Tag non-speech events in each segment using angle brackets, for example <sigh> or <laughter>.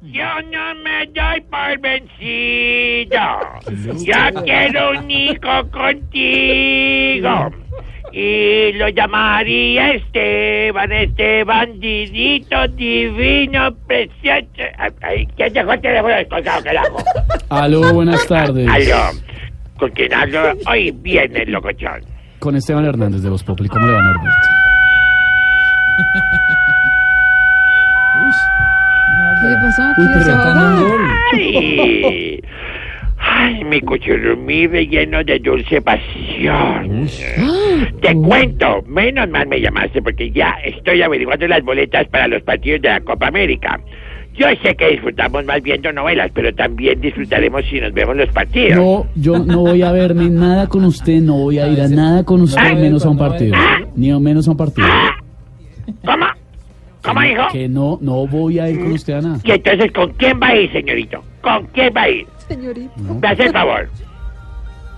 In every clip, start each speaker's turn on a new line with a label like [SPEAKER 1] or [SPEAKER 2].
[SPEAKER 1] Yo no me doy por vencido. Yo quiero un hijo contigo. Y lo llamaría Esteban, este bandidito divino, precioso. Ay, ay, ¿Quién dejó el teléfono descolgado, carajo?
[SPEAKER 2] Aló, buenas tardes.
[SPEAKER 1] Aló. ¿Con quién hablo? Hoy viene el locochón.
[SPEAKER 2] Con Esteban Hernández de Voz Populi. ¿Cómo le va, Norberto?
[SPEAKER 3] ¿Qué le pasó? ¿Qué le pasó?
[SPEAKER 1] ¡Ay! ¡Ay, mi cuchurumide lleno de dulce pasión! Te cuento, menos mal me llamaste porque ya estoy averiguando las boletas para los partidos de la Copa América. Yo sé que disfrutamos más viendo novelas, pero también disfrutaremos si nos vemos los partidos.
[SPEAKER 2] No, yo no voy a verme nada con usted, no voy a ir a nada con usted, menos a un partido. Ni a menos a un partido.
[SPEAKER 1] ¿Cómo? ¿Cómo, hijo?
[SPEAKER 2] Que no, no voy a ir con usted a nada.
[SPEAKER 1] ¿Y entonces con quién va a ir, señorito? ¿Con quién va a ir?
[SPEAKER 3] Señorita.
[SPEAKER 1] Me hace el favor.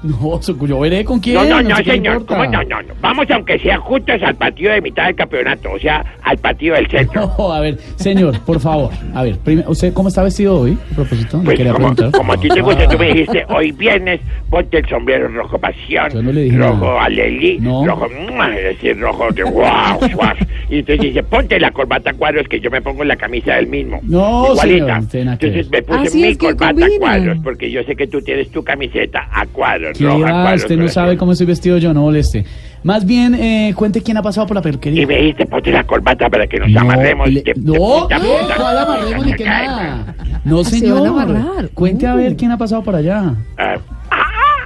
[SPEAKER 2] No, su- yo veré con quién.
[SPEAKER 1] No, no, no,
[SPEAKER 2] sé qué
[SPEAKER 1] señor.
[SPEAKER 2] importa.
[SPEAKER 1] ¿Cómo? No, no, no. Vamos, aunque sea juntos, al partido de mitad del campeonato, o sea, al partido del centro.
[SPEAKER 2] No, a ver, señor, por favor. A ver, prim- ¿usted cómo está vestido hoy? A propósito, le Ah.
[SPEAKER 1] Pues
[SPEAKER 2] quería
[SPEAKER 1] como,
[SPEAKER 2] preguntar.
[SPEAKER 1] como a ti te gusta, tú me dijiste, hoy viernes, ponte el sombrero rojo pasión,
[SPEAKER 2] Yo no le dije
[SPEAKER 1] rojo
[SPEAKER 2] nada.
[SPEAKER 1] alelí,
[SPEAKER 2] No.
[SPEAKER 1] rojo, ¡mua! es decir, rojo de guau, guau. Y entonces dice, ponte la corbata cuadros, que yo me pongo la camisa del mismo.
[SPEAKER 2] No,
[SPEAKER 1] Igualita.
[SPEAKER 2] señor, no tiene nada que
[SPEAKER 1] entonces me
[SPEAKER 2] ver.
[SPEAKER 1] puse
[SPEAKER 3] Así
[SPEAKER 1] mi
[SPEAKER 3] es que
[SPEAKER 1] corbata
[SPEAKER 3] combinan.
[SPEAKER 1] cuadros, porque yo sé que tú tienes tu camiseta a cuadros,
[SPEAKER 2] ¿Qué
[SPEAKER 1] roja a
[SPEAKER 2] va?
[SPEAKER 1] cuadros.
[SPEAKER 2] Usted no
[SPEAKER 1] corazón.
[SPEAKER 2] sabe cómo estoy vestido yo, no moleste. Más bien, eh, cuente quién ha pasado por la peluquería.
[SPEAKER 1] Y me dijiste, ponte la corbata para que nos
[SPEAKER 2] No,
[SPEAKER 1] amarremos.
[SPEAKER 2] le-
[SPEAKER 1] de- de
[SPEAKER 2] no,
[SPEAKER 1] punta a
[SPEAKER 2] no,
[SPEAKER 1] punta.
[SPEAKER 2] ¿cuál amarremos ni qué nada? No,
[SPEAKER 3] se van a
[SPEAKER 2] señor.
[SPEAKER 3] amarrar.
[SPEAKER 2] Cuente a
[SPEAKER 3] Uh.
[SPEAKER 2] ver quién ha pasado por allá.
[SPEAKER 1] Ah,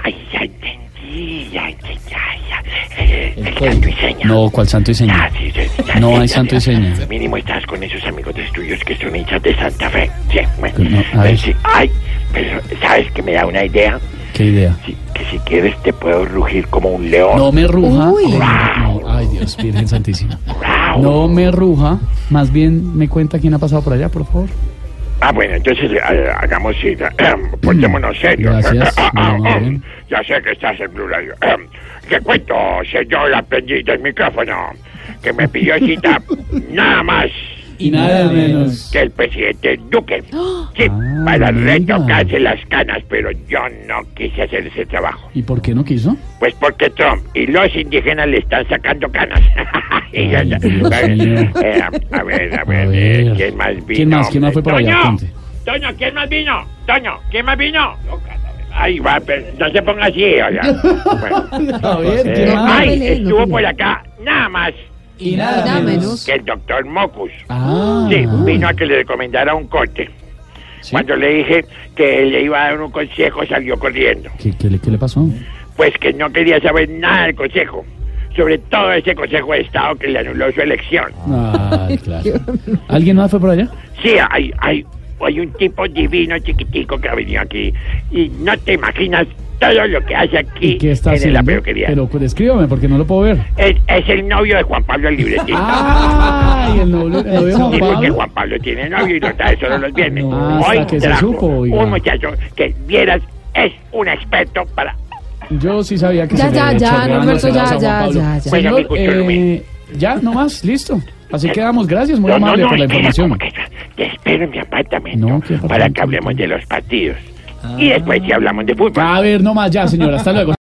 [SPEAKER 1] ay, ya entendí, ya entendí, ya, ya. Eh, El santo y seña.
[SPEAKER 2] No, ¿cuál santo y
[SPEAKER 1] Ah,
[SPEAKER 2] seña?
[SPEAKER 1] sí, sí, sí, ya,
[SPEAKER 2] No
[SPEAKER 1] sí,
[SPEAKER 2] hay
[SPEAKER 1] ya,
[SPEAKER 2] santo y
[SPEAKER 1] ya.
[SPEAKER 2] seña.
[SPEAKER 1] Mínimo estás con esos amigos de estudios que son hinchas de Santa Fe. Sí, bueno.
[SPEAKER 2] No, a
[SPEAKER 1] Eh,
[SPEAKER 2] ver.
[SPEAKER 1] sí, Ay, pero ¿sabes que me da una idea?
[SPEAKER 2] ¿Qué idea?
[SPEAKER 1] Sí, que si quieres te puedo rugir como un león.
[SPEAKER 2] No me ruja.
[SPEAKER 3] Uy.
[SPEAKER 2] No, ay, Dios, Virgen Santísima.
[SPEAKER 1] Rau.
[SPEAKER 2] No me ruja. Más bien, me cuenta quién ha pasado por allá, por favor.
[SPEAKER 1] Ah, bueno, entonces eh, eh, hagamos cita. <clears throat> Portémonos serios.
[SPEAKER 2] Mm, Gracias,
[SPEAKER 1] <clears throat>
[SPEAKER 2] muy amable.
[SPEAKER 1] ya sé que estás en plural. <clears throat> Te cuento, señor aprendiz del micrófono, que me pidió
[SPEAKER 2] <laughs>
[SPEAKER 1] cita nada más
[SPEAKER 2] Y nada menos.
[SPEAKER 1] que el presidente Duque.
[SPEAKER 2] <gasps>
[SPEAKER 1] Sí,
[SPEAKER 2] Ah,
[SPEAKER 1] para
[SPEAKER 2] mira.
[SPEAKER 1] retocarse las canas, pero yo no quise hacer ese trabajo.
[SPEAKER 2] ¿Y por qué no quiso?
[SPEAKER 1] Pues porque Trump y los indígenas le están sacando canas. <laughs> Y ya
[SPEAKER 2] Ay,
[SPEAKER 1] está.
[SPEAKER 2] Dios
[SPEAKER 1] a, ver,
[SPEAKER 2] mío.
[SPEAKER 1] eh, a ver, a ver,
[SPEAKER 2] A
[SPEAKER 1] eh,
[SPEAKER 2] ver.
[SPEAKER 1] ¿quién más vino?
[SPEAKER 2] ¿Quién más? ¿Quién más fue para allá?
[SPEAKER 1] ¡Toño!
[SPEAKER 2] Cuente.
[SPEAKER 1] Toño, ¿quién más vino? Toño, ¿quién más vino? Ay, va, pero no se ponga así,
[SPEAKER 2] <laughs>
[SPEAKER 1] oiga. Bueno,
[SPEAKER 2] A ver,
[SPEAKER 1] eh,
[SPEAKER 3] ¿quién más?
[SPEAKER 1] ay,
[SPEAKER 3] Pelea, no
[SPEAKER 1] estuvo
[SPEAKER 3] pelea.
[SPEAKER 1] por acá nada más
[SPEAKER 2] Y
[SPEAKER 3] Nada menos.
[SPEAKER 1] que el doctor Mocus.
[SPEAKER 2] Ah,
[SPEAKER 1] Sí, vino a que le recomendara un corte.
[SPEAKER 2] sí.
[SPEAKER 1] Cuando le dije que le iba a dar un consejo, salió corriendo.
[SPEAKER 2] ¿Qué, qué le, qué le pasó?
[SPEAKER 1] Pues que no quería saber nada del consejo. Sobre todo ese consejo de Estado que le anuló su elección.
[SPEAKER 2] Ah, <laughs> claro. ¿Alguien más fue por allá?
[SPEAKER 1] Sí, hay, hay, hay un tipo divino chiquitico que ha venido aquí y no te imaginas todo lo que hace aquí
[SPEAKER 2] ¿Y qué está
[SPEAKER 1] en
[SPEAKER 2] haciendo?
[SPEAKER 1] la peluquería.
[SPEAKER 2] Pero pues, escríbame porque no lo puedo ver.
[SPEAKER 1] Es, es el novio de Juan Pablo el
[SPEAKER 2] <laughs>
[SPEAKER 1] libretista.
[SPEAKER 2] ¡Ay! El novio, el novio de
[SPEAKER 1] Sí,
[SPEAKER 2] Ah, Juan
[SPEAKER 1] porque
[SPEAKER 2] Pablo.
[SPEAKER 1] Juan Pablo tiene novio y lo trae solo los viernes.
[SPEAKER 2] No,
[SPEAKER 1] Hoy
[SPEAKER 2] hasta que se
[SPEAKER 1] trajo
[SPEAKER 2] supo, oiga.
[SPEAKER 1] un muchacho que vieras es un experto para...
[SPEAKER 2] Yo sí sabía que
[SPEAKER 3] Ya,
[SPEAKER 2] se le
[SPEAKER 3] ya,
[SPEAKER 2] había
[SPEAKER 3] ya,
[SPEAKER 2] echado ganas
[SPEAKER 3] Norberto,
[SPEAKER 2] a
[SPEAKER 3] ya,
[SPEAKER 2] Juan
[SPEAKER 3] ya, ya,
[SPEAKER 2] Pablo.
[SPEAKER 3] ya.
[SPEAKER 1] Oiga, mi
[SPEAKER 2] Señor,
[SPEAKER 1] cuchurumi.
[SPEAKER 2] eh, ya, nomás, listo. Así quedamos. Gracias, muy
[SPEAKER 1] No, no,
[SPEAKER 2] amable
[SPEAKER 1] no,
[SPEAKER 2] por la
[SPEAKER 1] espera,
[SPEAKER 2] información.
[SPEAKER 1] como que te espero en mi apartamento
[SPEAKER 2] No, ¿qué
[SPEAKER 1] para que
[SPEAKER 2] apartamento? Ah.
[SPEAKER 1] hablemos de los partidos. Y después si hablamos de fútbol.
[SPEAKER 2] A ver, nomás, ya, señor. Hasta luego.